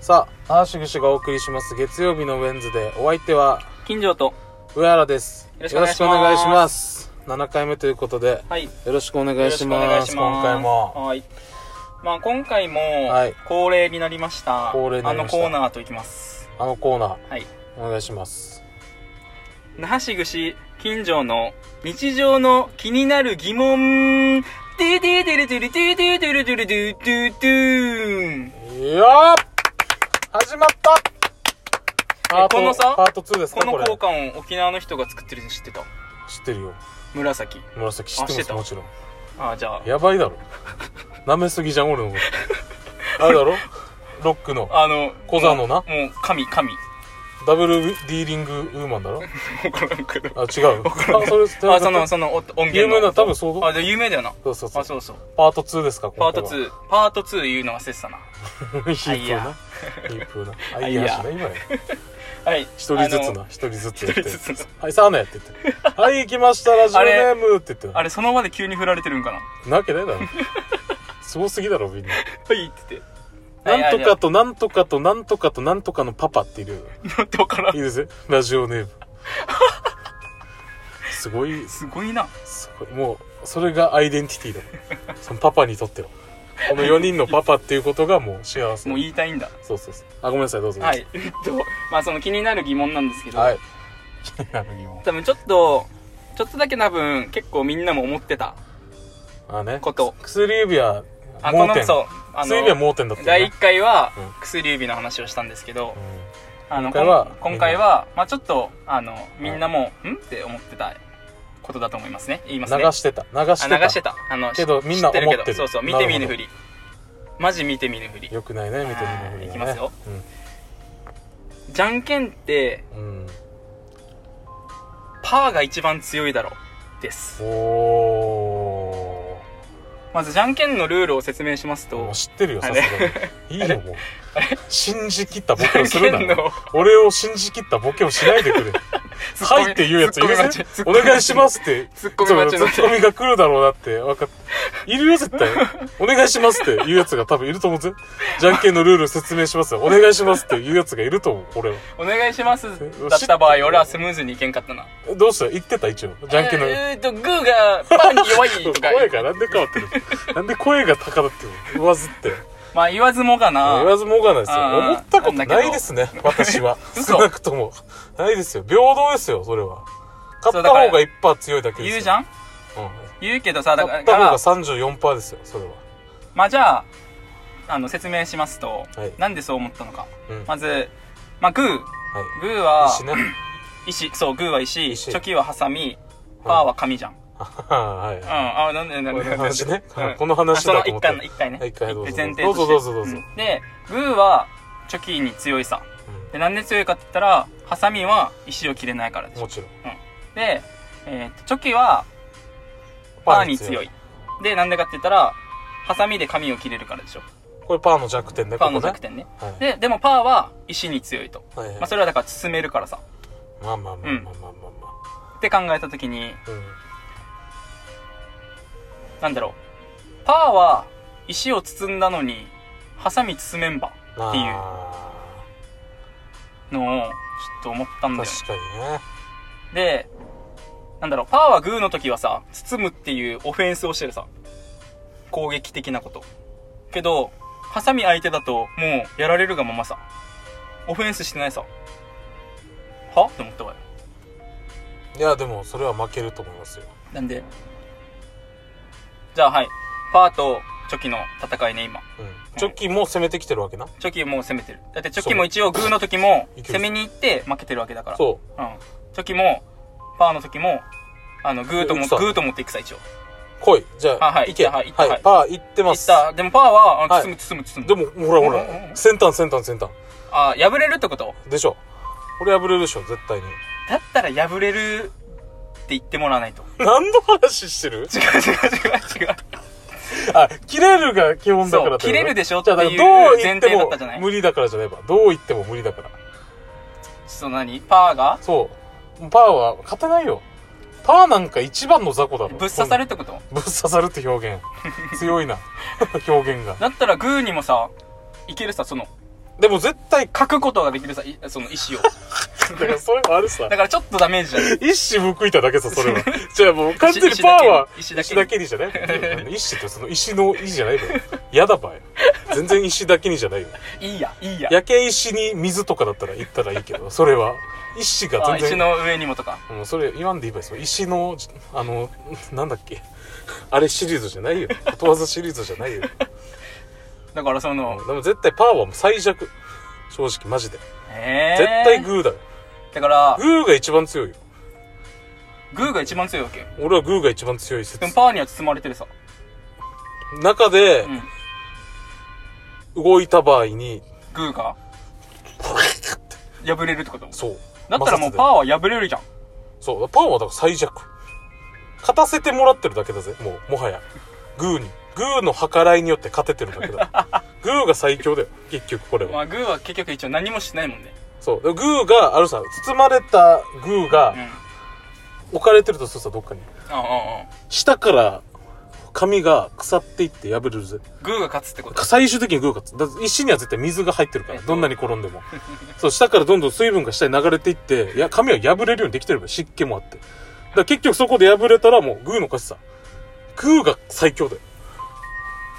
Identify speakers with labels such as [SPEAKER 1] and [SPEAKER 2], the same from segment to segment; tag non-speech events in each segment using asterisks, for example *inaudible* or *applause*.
[SPEAKER 1] さあ、アーシグシュがお送りします月曜日のウェンズで、お相手は
[SPEAKER 2] 近所と
[SPEAKER 1] 上原です。
[SPEAKER 2] よろしくお願いしま
[SPEAKER 1] よ
[SPEAKER 2] す
[SPEAKER 1] ろしくお願いします。7回目ということで、
[SPEAKER 2] はい
[SPEAKER 1] よろしくお願いし
[SPEAKER 2] よ
[SPEAKER 1] ま
[SPEAKER 2] ろ
[SPEAKER 1] す。
[SPEAKER 2] しくお願
[SPEAKER 1] 今
[SPEAKER 2] いします
[SPEAKER 1] 回も。
[SPEAKER 2] はいまあ今回も
[SPEAKER 1] はい
[SPEAKER 2] 恒例になりました、
[SPEAKER 1] 恒例にな
[SPEAKER 2] あ
[SPEAKER 1] りま
[SPEAKER 2] の
[SPEAKER 1] した
[SPEAKER 2] コーナーといきます
[SPEAKER 1] あのコーナー、
[SPEAKER 2] はい
[SPEAKER 1] お願いします。
[SPEAKER 2] 那覇市串近所の日常の気になる疑問デーデーデルデルデーデーデルデルデーデーデーン
[SPEAKER 1] いやー始まったパート
[SPEAKER 2] このさ
[SPEAKER 1] パート2ですか
[SPEAKER 2] この
[SPEAKER 1] これ。
[SPEAKER 2] 効果音沖縄の人が作ってるの知ってた
[SPEAKER 1] 知ってるよ。
[SPEAKER 2] 紫
[SPEAKER 1] 紫知っ
[SPEAKER 2] あ
[SPEAKER 1] て
[SPEAKER 2] 知
[SPEAKER 1] ま
[SPEAKER 2] って
[SPEAKER 1] す、
[SPEAKER 2] た
[SPEAKER 1] もちろん。
[SPEAKER 2] ああじゃあ
[SPEAKER 1] やばいだろ。舐めすぎじゃん、俺のこと。あれだろロックの。
[SPEAKER 2] あの
[SPEAKER 1] 小座のな
[SPEAKER 2] もうもう神神も
[SPEAKER 1] ダブルディーリングウーマンだろ
[SPEAKER 2] うこの黒
[SPEAKER 1] あ、違う。あ、それ、それ
[SPEAKER 2] あそのその音音源の
[SPEAKER 1] 有名な多分そう
[SPEAKER 2] あじゃあ有名だよな
[SPEAKER 1] そうそうそう
[SPEAKER 2] あ。そうそう
[SPEAKER 1] パート2ですか、
[SPEAKER 2] パート。2パート2言うの忘れてたな
[SPEAKER 1] *laughs* ヒープーな。ヒー
[SPEAKER 2] *laughs*
[SPEAKER 1] プーな。あ、いいやしな、今や。
[SPEAKER 2] はい
[SPEAKER 1] 一人ず
[SPEAKER 2] あ
[SPEAKER 1] つ
[SPEAKER 2] の
[SPEAKER 1] な、一人ずつやって
[SPEAKER 2] 一人ずつ。
[SPEAKER 1] はい、サーナやって
[SPEAKER 2] *laughs*
[SPEAKER 1] って。はい、行きました、ラジオネームって言って
[SPEAKER 2] あれその場で急に振られてるんかなは
[SPEAKER 1] な。なわけないだろ。すごすぎだろ、
[SPEAKER 2] *laughs*
[SPEAKER 1] みんな。
[SPEAKER 2] いって言って
[SPEAKER 1] なんとか
[SPEAKER 2] と
[SPEAKER 1] となんとかとなんとかとなんとかのパパっているよ。
[SPEAKER 2] なんて分から
[SPEAKER 1] い
[SPEAKER 2] ん
[SPEAKER 1] いですね。ラジオ
[SPEAKER 2] *laughs*
[SPEAKER 1] ネーム。すごい、
[SPEAKER 2] すごいな
[SPEAKER 1] すごいもうそれがアイデンティティだもんそのパパにとってはこの4人のパパっていうことがもう幸せ
[SPEAKER 2] もう言いたいんだ
[SPEAKER 1] そうそうそうあごめんなさいどうぞ
[SPEAKER 2] はいえっとまあその気になる疑問なんですけど、
[SPEAKER 1] はい気になる疑問
[SPEAKER 2] 多分ちょっとちょっとだけ多分結構みんなも思ってた
[SPEAKER 1] あね
[SPEAKER 2] こと
[SPEAKER 1] 薬指は
[SPEAKER 2] あこ
[SPEAKER 1] 盲
[SPEAKER 2] の
[SPEAKER 1] 点
[SPEAKER 2] そうあ
[SPEAKER 1] 薬指は盲点だったよ
[SPEAKER 2] 第1
[SPEAKER 1] ね
[SPEAKER 2] 回は
[SPEAKER 1] うん
[SPEAKER 2] 薬指の話をしたんですけど、
[SPEAKER 1] う
[SPEAKER 2] あの
[SPEAKER 1] 今回は
[SPEAKER 2] こん今回は、まあ、ちょっとあのみんなも、んって思ってたことだと思いますね言います
[SPEAKER 1] ん
[SPEAKER 2] ね
[SPEAKER 1] 流してた流して
[SPEAKER 2] あ
[SPEAKER 1] た
[SPEAKER 2] 流してたあの
[SPEAKER 1] けどみんな
[SPEAKER 2] 知ってるけ
[SPEAKER 1] 思って
[SPEAKER 2] ど
[SPEAKER 1] る
[SPEAKER 2] そうそう見て見
[SPEAKER 1] なる
[SPEAKER 2] ぬ
[SPEAKER 1] ほど
[SPEAKER 2] ふりマジ見て見ぬふり
[SPEAKER 1] よくないね見て
[SPEAKER 2] あー
[SPEAKER 1] みる
[SPEAKER 2] いきますよ
[SPEAKER 1] うん
[SPEAKER 2] じゃんけんって
[SPEAKER 1] うん
[SPEAKER 2] パーが一番強いだろうです
[SPEAKER 1] お
[SPEAKER 2] まずじゃんけんのルールを説明します
[SPEAKER 1] ーも
[SPEAKER 2] と
[SPEAKER 1] う知ってるよ
[SPEAKER 2] あ
[SPEAKER 1] さす
[SPEAKER 2] れ
[SPEAKER 1] がにいいよもう信じきったボケをす
[SPEAKER 2] じ
[SPEAKER 1] る
[SPEAKER 2] ゃ
[SPEAKER 1] なん
[SPEAKER 2] けんの
[SPEAKER 1] 俺を信じきったボケをしないで
[SPEAKER 2] *laughs*
[SPEAKER 1] くれ
[SPEAKER 2] ツッコミ
[SPEAKER 1] はいって言うやついる
[SPEAKER 2] ツッコミ
[SPEAKER 1] ぜ
[SPEAKER 2] 待ちツッ
[SPEAKER 1] お
[SPEAKER 2] コミ
[SPEAKER 1] 願いしますって。
[SPEAKER 2] ツッコミ待ち
[SPEAKER 1] そ
[SPEAKER 2] の
[SPEAKER 1] うツッコミが来るだろうなって、分かって。いるよ、絶対。お願いしますって言うやつが多分いると思うぜ。じゃんけんのルール説明しますよ。お願いしますって言うやつがいると思う、俺は。
[SPEAKER 2] お願いしますだった場合俺はスムーズにいけんかったな
[SPEAKER 1] えどうした言ってた、一応。じゃんけんの。
[SPEAKER 2] えーっとグーがパーに弱い
[SPEAKER 1] *laughs*
[SPEAKER 2] とか
[SPEAKER 1] 声がなんで変わってるなんで声が高だって言わずって。
[SPEAKER 2] まあ言わずもがな
[SPEAKER 1] 言わずもがないですよ。
[SPEAKER 2] あー
[SPEAKER 1] 思ったことないですね、私は。
[SPEAKER 2] *laughs* 嘘
[SPEAKER 1] 少なくとも。ないですよ。平等ですよ、それは。勝
[SPEAKER 2] そう
[SPEAKER 1] った
[SPEAKER 2] だから
[SPEAKER 1] 方が1%強いだけですよ。
[SPEAKER 2] 言うじゃん
[SPEAKER 1] うん
[SPEAKER 2] 言うけどさだ
[SPEAKER 1] 買
[SPEAKER 2] か
[SPEAKER 1] った方
[SPEAKER 2] ら
[SPEAKER 1] が34%ですよそれは
[SPEAKER 2] まあじゃああの説明しますと、
[SPEAKER 1] はい
[SPEAKER 2] なんでそう思ったのか、
[SPEAKER 1] うん
[SPEAKER 2] まず、まあ、グー
[SPEAKER 1] は
[SPEAKER 2] グー
[SPEAKER 1] い
[SPEAKER 2] は
[SPEAKER 1] 石ね *laughs*
[SPEAKER 2] 石そうグーは石
[SPEAKER 1] 石
[SPEAKER 2] チョキはハサミパーは紙じゃん、
[SPEAKER 1] はい
[SPEAKER 2] うんあなんでなん
[SPEAKER 1] こ
[SPEAKER 2] で
[SPEAKER 1] の話ね
[SPEAKER 2] *laughs* うん
[SPEAKER 1] *laughs* この話だと思って
[SPEAKER 2] あその一回一回ね
[SPEAKER 1] はい一回どうぞ
[SPEAKER 2] 一回前提として
[SPEAKER 1] どうぞどうぞどうぞ
[SPEAKER 2] んでグーはチョキに強いさでなんで強いかって言ったらハサミは石を切れないからで
[SPEAKER 1] うん
[SPEAKER 2] しょ
[SPEAKER 1] もちろん
[SPEAKER 2] で、えーとチョキはパーに強いでなんでかって言ったらハサミで紙を切れるからでしょ
[SPEAKER 1] これパーの弱点ね
[SPEAKER 2] パー
[SPEAKER 1] こ
[SPEAKER 2] の
[SPEAKER 1] こね
[SPEAKER 2] 弱点ね
[SPEAKER 1] はい
[SPEAKER 2] ででもパーは石に強いと、
[SPEAKER 1] はいはい
[SPEAKER 2] まあ、それはだから進めるからさ
[SPEAKER 1] まあまあまあ
[SPEAKER 2] うん
[SPEAKER 1] まあまあまあま
[SPEAKER 2] って考えた時に
[SPEAKER 1] あうん
[SPEAKER 2] なんだろうパーは石を包んだのにハサミ包めんばっていう
[SPEAKER 1] あ
[SPEAKER 2] のをちょっと思ったん
[SPEAKER 1] ー
[SPEAKER 2] だよね
[SPEAKER 1] 確かにね
[SPEAKER 2] でなんだろうパーはグーの時はさ包むっていうオフェンスをしてるさ攻撃的なことけどハサミ相手だともうやられるがままさオフェンスしてないさはって思ったわよ
[SPEAKER 1] いやでもそれは負けると思いますよ
[SPEAKER 2] なんでじゃあはいパーとチョキの戦いね今
[SPEAKER 1] うんチョキも攻めてきてるわけな
[SPEAKER 2] チョキもう攻めてる。だってチョキも一応グーの時も
[SPEAKER 1] いける
[SPEAKER 2] 攻めに行って負けてるわけだから。。
[SPEAKER 1] そう
[SPEAKER 2] うん。チョキも、パーの時も、あの、グーとも、
[SPEAKER 1] いくさ
[SPEAKER 2] グーと持っていくさ、一応。
[SPEAKER 1] 来いじゃ
[SPEAKER 2] あ
[SPEAKER 1] あ
[SPEAKER 2] はい
[SPEAKER 1] 行け
[SPEAKER 2] は
[SPEAKER 1] はい
[SPEAKER 2] 行ったはい
[SPEAKER 1] いパー行って
[SPEAKER 2] い
[SPEAKER 1] ま
[SPEAKER 2] っ
[SPEAKER 1] す
[SPEAKER 2] た。でもパーは、
[SPEAKER 1] は
[SPEAKER 2] あ
[SPEAKER 1] い
[SPEAKER 2] 包む、包む、包む。
[SPEAKER 1] でもほらほ
[SPEAKER 2] うんうんう
[SPEAKER 1] ら
[SPEAKER 2] ん
[SPEAKER 1] 先端先端先端
[SPEAKER 2] あ、破れるってこと
[SPEAKER 1] でしょこれ破れるでしょ絶対に *laughs*
[SPEAKER 2] だったら破れるって言ってもらわないと。
[SPEAKER 1] 何の話してる *laughs*
[SPEAKER 2] 違う違う違う違う。
[SPEAKER 1] あ、切れるが基本だからってこと
[SPEAKER 2] そう切れるでしょっていう
[SPEAKER 1] じゃあだからどう
[SPEAKER 2] 前提だったじ
[SPEAKER 1] 言っ
[SPEAKER 2] ゃない
[SPEAKER 1] ても無理だからじゃないば。どう言っても無理だから。
[SPEAKER 2] その何パーが
[SPEAKER 1] そう。パーは勝てないよ。パーなんか一番の雑魚だろ。
[SPEAKER 2] ぶっ刺さるってこと
[SPEAKER 1] こんなぶっ刺さるって表現。強いな。表現が。 *laughs*
[SPEAKER 2] だったらグーにもさ、いけるさ、その、
[SPEAKER 1] でも絶対、 *laughs*
[SPEAKER 2] 書くことができるさ、いその意思を。
[SPEAKER 1] だからそれもあるさ
[SPEAKER 2] だ。からちょっとダメージじゃない。
[SPEAKER 1] *laughs* 一矢報いただけ
[SPEAKER 2] *laughs*
[SPEAKER 1] さ、それは。じゃあもう完全にパーは
[SPEAKER 2] 石石
[SPEAKER 1] 石
[SPEAKER 2] だ
[SPEAKER 1] だ
[SPEAKER 2] け
[SPEAKER 1] けにじゃない
[SPEAKER 2] *laughs*
[SPEAKER 1] 石ってその石の石じゃないのよ。やだばい。全然石だけにじゃないよ。
[SPEAKER 2] いいや、いいや。
[SPEAKER 1] 焼け石に水とかだったら言ったらいいけど、それは。石が全
[SPEAKER 2] あ石
[SPEAKER 1] 然。
[SPEAKER 2] の上にもとか。
[SPEAKER 1] もうそれ言わんでいいばいですよ石のじあのなんだっけあれシリーズじゃないよことわざシリーズじゃ
[SPEAKER 2] *laughs*
[SPEAKER 1] ないよ
[SPEAKER 2] だからその、
[SPEAKER 1] でも絶対パーはもう最弱正直マジで、
[SPEAKER 2] えー、
[SPEAKER 1] 絶対グーだよ
[SPEAKER 2] だから、
[SPEAKER 1] グーが一番強いよ
[SPEAKER 2] グーが一番強いわけ。
[SPEAKER 1] 俺はグーが一番強い説
[SPEAKER 2] でもパーには包まれてるさ。
[SPEAKER 1] 中で
[SPEAKER 2] うん。
[SPEAKER 1] 動いた場合に
[SPEAKER 2] グーが破れるってことだ
[SPEAKER 1] そう
[SPEAKER 2] ったらもうパ
[SPEAKER 1] ー
[SPEAKER 2] ーは破れるじゃん。
[SPEAKER 1] そうパーはだから最弱勝たせてもらってるだけだぜもうもはやグーにグーの計らいによって勝ててるだけ
[SPEAKER 2] *laughs*
[SPEAKER 1] だグーが最強だよ結局これは
[SPEAKER 2] まあグーは結局一応何もしてないもんね。
[SPEAKER 1] そう。でグーが、あるさ、包まれたグー
[SPEAKER 2] う
[SPEAKER 1] が
[SPEAKER 2] ん。
[SPEAKER 1] 置かれてるとするさ、どっかに。
[SPEAKER 2] ああああ
[SPEAKER 1] 下から、髪が腐っていって破れるぜ。
[SPEAKER 2] グーが勝つってこと
[SPEAKER 1] 最終的にグーがつ、だって石には絶対水が入ってるから、
[SPEAKER 2] えっと
[SPEAKER 1] どんなに転んでも。そう、下からどんどん水分が下に流れていって、いや、髪は破れるようにできてれば湿気もあって。だから結局そこで破れたらもうグーの勝ちさ。グーが最強だよ。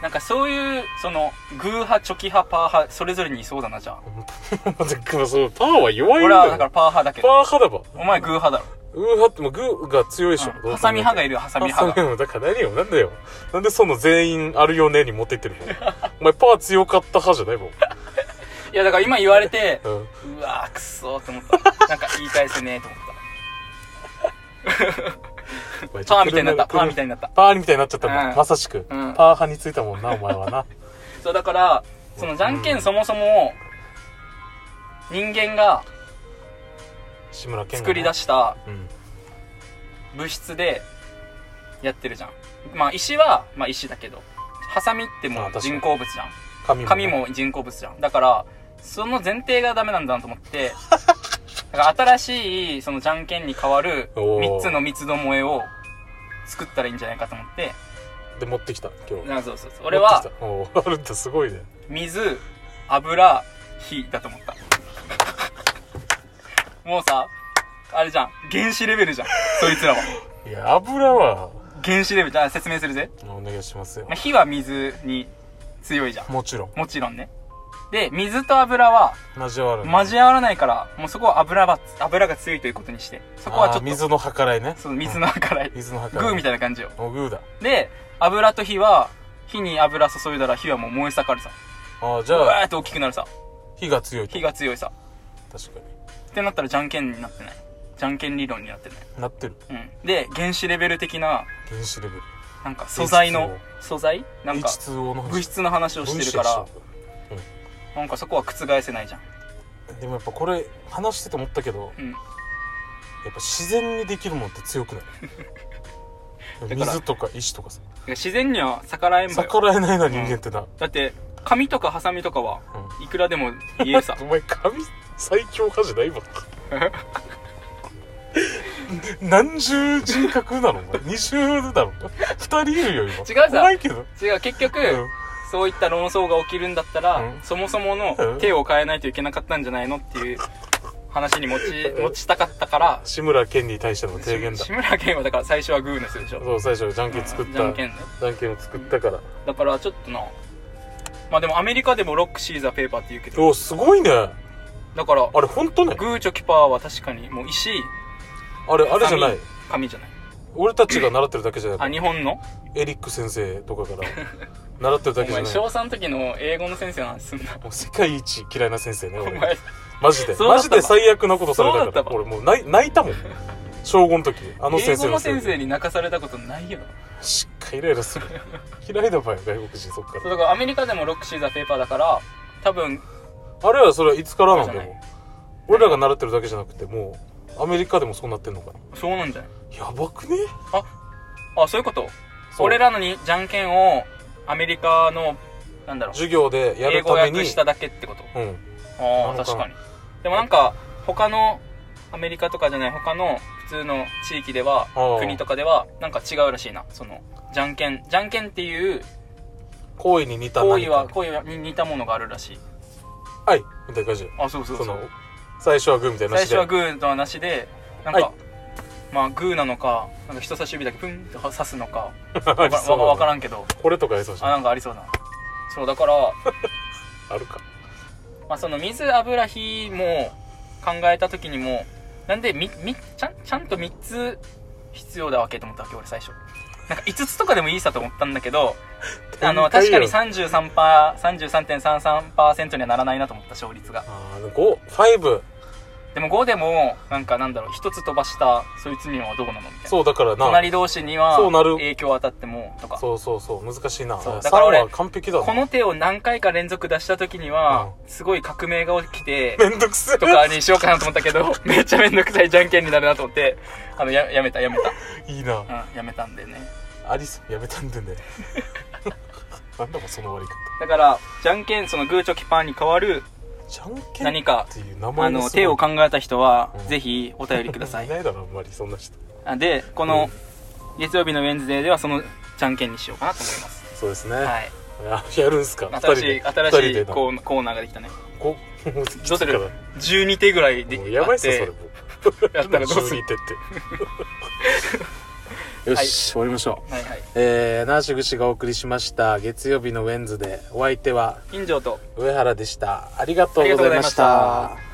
[SPEAKER 2] なんかそういう、その、グー派、チョキ派、パー派、それぞれにいそうだな、じゃあ。
[SPEAKER 1] でもそう、パーは弱いん
[SPEAKER 2] 俺は
[SPEAKER 1] だ
[SPEAKER 2] だ
[SPEAKER 1] よ。
[SPEAKER 2] からパー派だけ
[SPEAKER 1] パ
[SPEAKER 2] ど。
[SPEAKER 1] ー派だば。
[SPEAKER 2] お前グー派だろ。
[SPEAKER 1] グー派ってもうグーが強いでしょ。
[SPEAKER 2] うん
[SPEAKER 1] どう考えても
[SPEAKER 2] ハサミ派がいるよハサミ派が
[SPEAKER 1] ハサミだから何よ、なんだよ。なんでその全員あるよねに持ってってるのお前パー強かった派じゃないもん。
[SPEAKER 2] いやだから今言われて、
[SPEAKER 1] うん。
[SPEAKER 2] うわーくそーと思った。なんか言い返せねーと
[SPEAKER 1] *laughs*
[SPEAKER 2] 思っ
[SPEAKER 1] お前
[SPEAKER 2] た。 *laughs* パーみたいになった。パ
[SPEAKER 1] 車
[SPEAKER 2] ーみたいになった。
[SPEAKER 1] パーみたいになっちゃったもん。
[SPEAKER 2] うん
[SPEAKER 1] まさしく、パー派についたもんな、お *laughs* 前はな。
[SPEAKER 2] そうだから、そのじゃんけんそもそも、人間が
[SPEAKER 1] 志村けんがな。
[SPEAKER 2] 作り出した
[SPEAKER 1] うん。
[SPEAKER 2] 物質でやってるじゃん。まあ石は、まあ石だけど、ハサミっても
[SPEAKER 1] あ
[SPEAKER 2] う
[SPEAKER 1] 確かに
[SPEAKER 2] 人工物じゃん。
[SPEAKER 1] 髪も。
[SPEAKER 2] 紙。も人工物じゃん。だから、その前提がダメなんだなと
[SPEAKER 1] *laughs*
[SPEAKER 2] 思って、だから新しい、そのじゃんけんに変わる
[SPEAKER 1] おー
[SPEAKER 2] 3つの三つどもえを作ったらいいんじゃないかと思って、
[SPEAKER 1] で、持ってきた、今日。
[SPEAKER 2] なそうそうそう。俺は
[SPEAKER 1] 持って、きた。おーあ *laughs* るんだ、すごいね。
[SPEAKER 2] 水、油、火だと思った。 *laughs* もうさ、あれじゃん。原子レベルじゃん。そいつらは。 *laughs*
[SPEAKER 1] いや、油は、
[SPEAKER 2] 原子レベルじゃん。説明するぜ。
[SPEAKER 1] お願いしますよ
[SPEAKER 2] まあ。火は水に強いじゃん。
[SPEAKER 1] もちろん。
[SPEAKER 2] もちろんね。で、水と油は
[SPEAKER 1] 交わる。
[SPEAKER 2] 交わらないから、もうそこは油は、油が強いということにして。そこはちょ
[SPEAKER 1] あ
[SPEAKER 2] っ
[SPEAKER 1] ー
[SPEAKER 2] と、
[SPEAKER 1] 水の計らいね。
[SPEAKER 2] その水の計らい
[SPEAKER 1] うん。。水の計
[SPEAKER 2] グ
[SPEAKER 1] らい。
[SPEAKER 2] ーみ
[SPEAKER 1] たい
[SPEAKER 2] たいな感じよ。
[SPEAKER 1] な。お、グーだ。
[SPEAKER 2] で、油と火は、火に油注いだら火はもう燃え盛るさ。
[SPEAKER 1] ああ、じ
[SPEAKER 2] う
[SPEAKER 1] ゃ
[SPEAKER 2] わ
[SPEAKER 1] あ、
[SPEAKER 2] ーって大きくなるさ。
[SPEAKER 1] 火が強いと
[SPEAKER 2] 火。が強いさ。
[SPEAKER 1] 確か
[SPEAKER 2] ってなったらじゃんけんになってない。じゃんけん理論になってない。
[SPEAKER 1] に。なってる。
[SPEAKER 2] うん。で、原子レベル的な、
[SPEAKER 1] 原子レベル。
[SPEAKER 2] なんか素材の、素材なんか
[SPEAKER 1] H2O の話
[SPEAKER 2] 物質の話をしてるから、なんかそこは覆せないじゃん。
[SPEAKER 1] でもやっぱこれ話してて思ったけど
[SPEAKER 2] うん。
[SPEAKER 1] やっぱ自然にできるもんって強くない
[SPEAKER 2] *laughs* から
[SPEAKER 1] 水とか石とかさ
[SPEAKER 2] 自然には逆らえんばよ。
[SPEAKER 1] 逆らえないな人間ってな、
[SPEAKER 2] だって、紙とかハサミとかは、いくらでも言え
[SPEAKER 1] *laughs*。
[SPEAKER 2] るさ
[SPEAKER 1] お前髪最強派じゃない
[SPEAKER 2] *laughs*
[SPEAKER 1] わ何重人格なのお前二重だろ二人いるよ今
[SPEAKER 2] 違うさ
[SPEAKER 1] 怖いけど、
[SPEAKER 2] 違う、結局、
[SPEAKER 1] うん
[SPEAKER 2] そういった論争が起きるんだったら、
[SPEAKER 1] うん
[SPEAKER 2] そもそも
[SPEAKER 1] う
[SPEAKER 2] の
[SPEAKER 1] ん
[SPEAKER 2] 手を変えないといけなかったんじゃないのっていう話に持ち、持ちたかったから、
[SPEAKER 1] 志村けんに対しての提言だ
[SPEAKER 2] 志村けんはだから最初はグーの人でしょ。
[SPEAKER 1] そう最初じゃんけん作った、
[SPEAKER 2] じゃんけんね。
[SPEAKER 1] じゃんけんを作ったから
[SPEAKER 2] だからちょっとな、まあでもアメリカでもロックシーザーペーパーって言うけど、
[SPEAKER 1] おすごいねあ
[SPEAKER 2] だから、
[SPEAKER 1] れ本当ね
[SPEAKER 2] グーチョキパーは確かにもう石、
[SPEAKER 1] あれあれじゃない
[SPEAKER 2] 紙じゃない。
[SPEAKER 1] 俺たちが習ってるだけじゃな
[SPEAKER 2] あ、
[SPEAKER 1] い
[SPEAKER 2] 日本の
[SPEAKER 1] エリック先生とかから習ってるだ
[SPEAKER 2] お
[SPEAKER 1] けじゃ
[SPEAKER 2] 前、
[SPEAKER 1] ない
[SPEAKER 2] 小3の時の英語の先生の話すんな。
[SPEAKER 1] もう世界一嫌いな先生ね
[SPEAKER 2] お
[SPEAKER 1] 俺
[SPEAKER 2] 前、
[SPEAKER 1] マジで
[SPEAKER 2] そうだ
[SPEAKER 1] マ
[SPEAKER 2] った
[SPEAKER 1] ジで
[SPEAKER 2] わ
[SPEAKER 1] 最悪なことされ
[SPEAKER 2] そうだ
[SPEAKER 1] た
[SPEAKER 2] った
[SPEAKER 1] か
[SPEAKER 2] わ
[SPEAKER 1] ら俺もう泣い泣いたもん小5の時あの
[SPEAKER 2] 英
[SPEAKER 1] 先
[SPEAKER 2] 語
[SPEAKER 1] 生
[SPEAKER 2] の
[SPEAKER 1] のせい
[SPEAKER 2] 先
[SPEAKER 1] で
[SPEAKER 2] 生に泣かされたことないよ。
[SPEAKER 1] しっかりイライラする嫌いだばよ外国人そっか
[SPEAKER 2] そうだからアメリカでもロックシーザーペーパーだから、多分、
[SPEAKER 1] らあれはそれはいつからなんだ
[SPEAKER 2] そうじゃ
[SPEAKER 1] よ俺らが習ってるだけじゃなくてもうアメリカでもそうなってんのかな
[SPEAKER 2] そうなんじゃない
[SPEAKER 1] やばくね
[SPEAKER 2] あ、そういうこと
[SPEAKER 1] そう
[SPEAKER 2] 俺らのにじゃんけんをアメリカの、なんだろう、
[SPEAKER 1] 授業でや
[SPEAKER 2] 英
[SPEAKER 1] る
[SPEAKER 2] 語
[SPEAKER 1] ために
[SPEAKER 2] 訳しただけってこと
[SPEAKER 1] うん
[SPEAKER 2] ああ、
[SPEAKER 1] なのか
[SPEAKER 2] 確かに。でもなんか、他の、アメリカとかじゃない、他の普通の地域では
[SPEAKER 1] あ、ー
[SPEAKER 2] 国とかでは、なんか違うらしいな。その、じゃんけん、じゃんけんっていう
[SPEAKER 1] 行為に似た
[SPEAKER 2] 行為は、
[SPEAKER 1] 何か
[SPEAKER 2] 行為はに似たものがあるらしい。
[SPEAKER 1] あはいみたいな感じで
[SPEAKER 2] あそうそうそ
[SPEAKER 1] そうの最初はグーみたいな
[SPEAKER 2] 最
[SPEAKER 1] 話で
[SPEAKER 2] 初はグーとはなしでなんか、
[SPEAKER 1] はい
[SPEAKER 2] まあグーなのかなんか人差し指だけプンって刺すのか
[SPEAKER 1] *laughs* あ
[SPEAKER 2] わ
[SPEAKER 1] り
[SPEAKER 2] か
[SPEAKER 1] そう
[SPEAKER 2] わわからんけど
[SPEAKER 1] これとかやりそうじ
[SPEAKER 2] あ
[SPEAKER 1] ゃん
[SPEAKER 2] なんかありそうなそうだから、
[SPEAKER 1] あるか
[SPEAKER 2] まあ、その水油火も考えた時にもなんでみみちゃんちゃんと3つ必要だわけと思ったわけ俺最初なんか5つとかでもいいさと思ったんだけどあの確かに33パー33.33%にはならないなと思った勝率が
[SPEAKER 1] あー5、5。
[SPEAKER 2] でも5でもなんかなんだろう1つ飛ばしたそいつにはどうなのみたいな
[SPEAKER 1] そう、だからな。
[SPEAKER 2] 隣同士には
[SPEAKER 1] そうなる
[SPEAKER 2] 影響を与ってもとか
[SPEAKER 1] そうそうそう、難しいな。
[SPEAKER 2] そう
[SPEAKER 1] 3
[SPEAKER 2] だから俺
[SPEAKER 1] は完璧だな。
[SPEAKER 2] この手を何回か連続出した時にはすごい革命が起
[SPEAKER 1] *laughs*
[SPEAKER 2] きて
[SPEAKER 1] めんどくせえ。
[SPEAKER 2] とかにしようかなと思った
[SPEAKER 1] *laughs*
[SPEAKER 2] けどめっちゃめんどくさいじゃんけんになるなと思ってあのややめたやめ
[SPEAKER 1] いいな。
[SPEAKER 2] た、うん、やめたんでね
[SPEAKER 1] アリスやめたんでね。 *laughs* なんだもその割り方。
[SPEAKER 2] だからじゃんけんそのグーチョキパーに変わる
[SPEAKER 1] じゃんけんっ
[SPEAKER 2] 何か
[SPEAKER 1] ていう名
[SPEAKER 2] あ
[SPEAKER 1] 前
[SPEAKER 2] の
[SPEAKER 1] すごい
[SPEAKER 2] 手を考えた人は
[SPEAKER 1] うん
[SPEAKER 2] ぜひお便りください
[SPEAKER 1] いないだろ、あんまり、そんな人。
[SPEAKER 2] あでこの月曜日のウェンズデーではそのじゃんけんにしようかなと思います
[SPEAKER 1] そうですね。
[SPEAKER 2] はい
[SPEAKER 1] あやるんすか二人
[SPEAKER 2] 新しい
[SPEAKER 1] で。
[SPEAKER 2] 新し
[SPEAKER 1] 二人
[SPEAKER 2] い
[SPEAKER 1] でな。
[SPEAKER 2] コーナーコーナーができたね
[SPEAKER 1] こう、もう、
[SPEAKER 2] どうす
[SPEAKER 1] きついか
[SPEAKER 2] る12手ぐらいで
[SPEAKER 1] らもうやばいっすよ、そ
[SPEAKER 2] あ
[SPEAKER 1] れ
[SPEAKER 2] て
[SPEAKER 1] もう。
[SPEAKER 2] やったらどうする
[SPEAKER 1] 12手って。よ
[SPEAKER 2] *laughs* はい
[SPEAKER 1] し、終わりましょう。
[SPEAKER 2] はいはい
[SPEAKER 1] えー、ナーシグシがお送りしました。月曜日のウェンズで、お相手は
[SPEAKER 2] 金城と
[SPEAKER 1] 上原でした。ありがとうございました。
[SPEAKER 2] ありがとうございました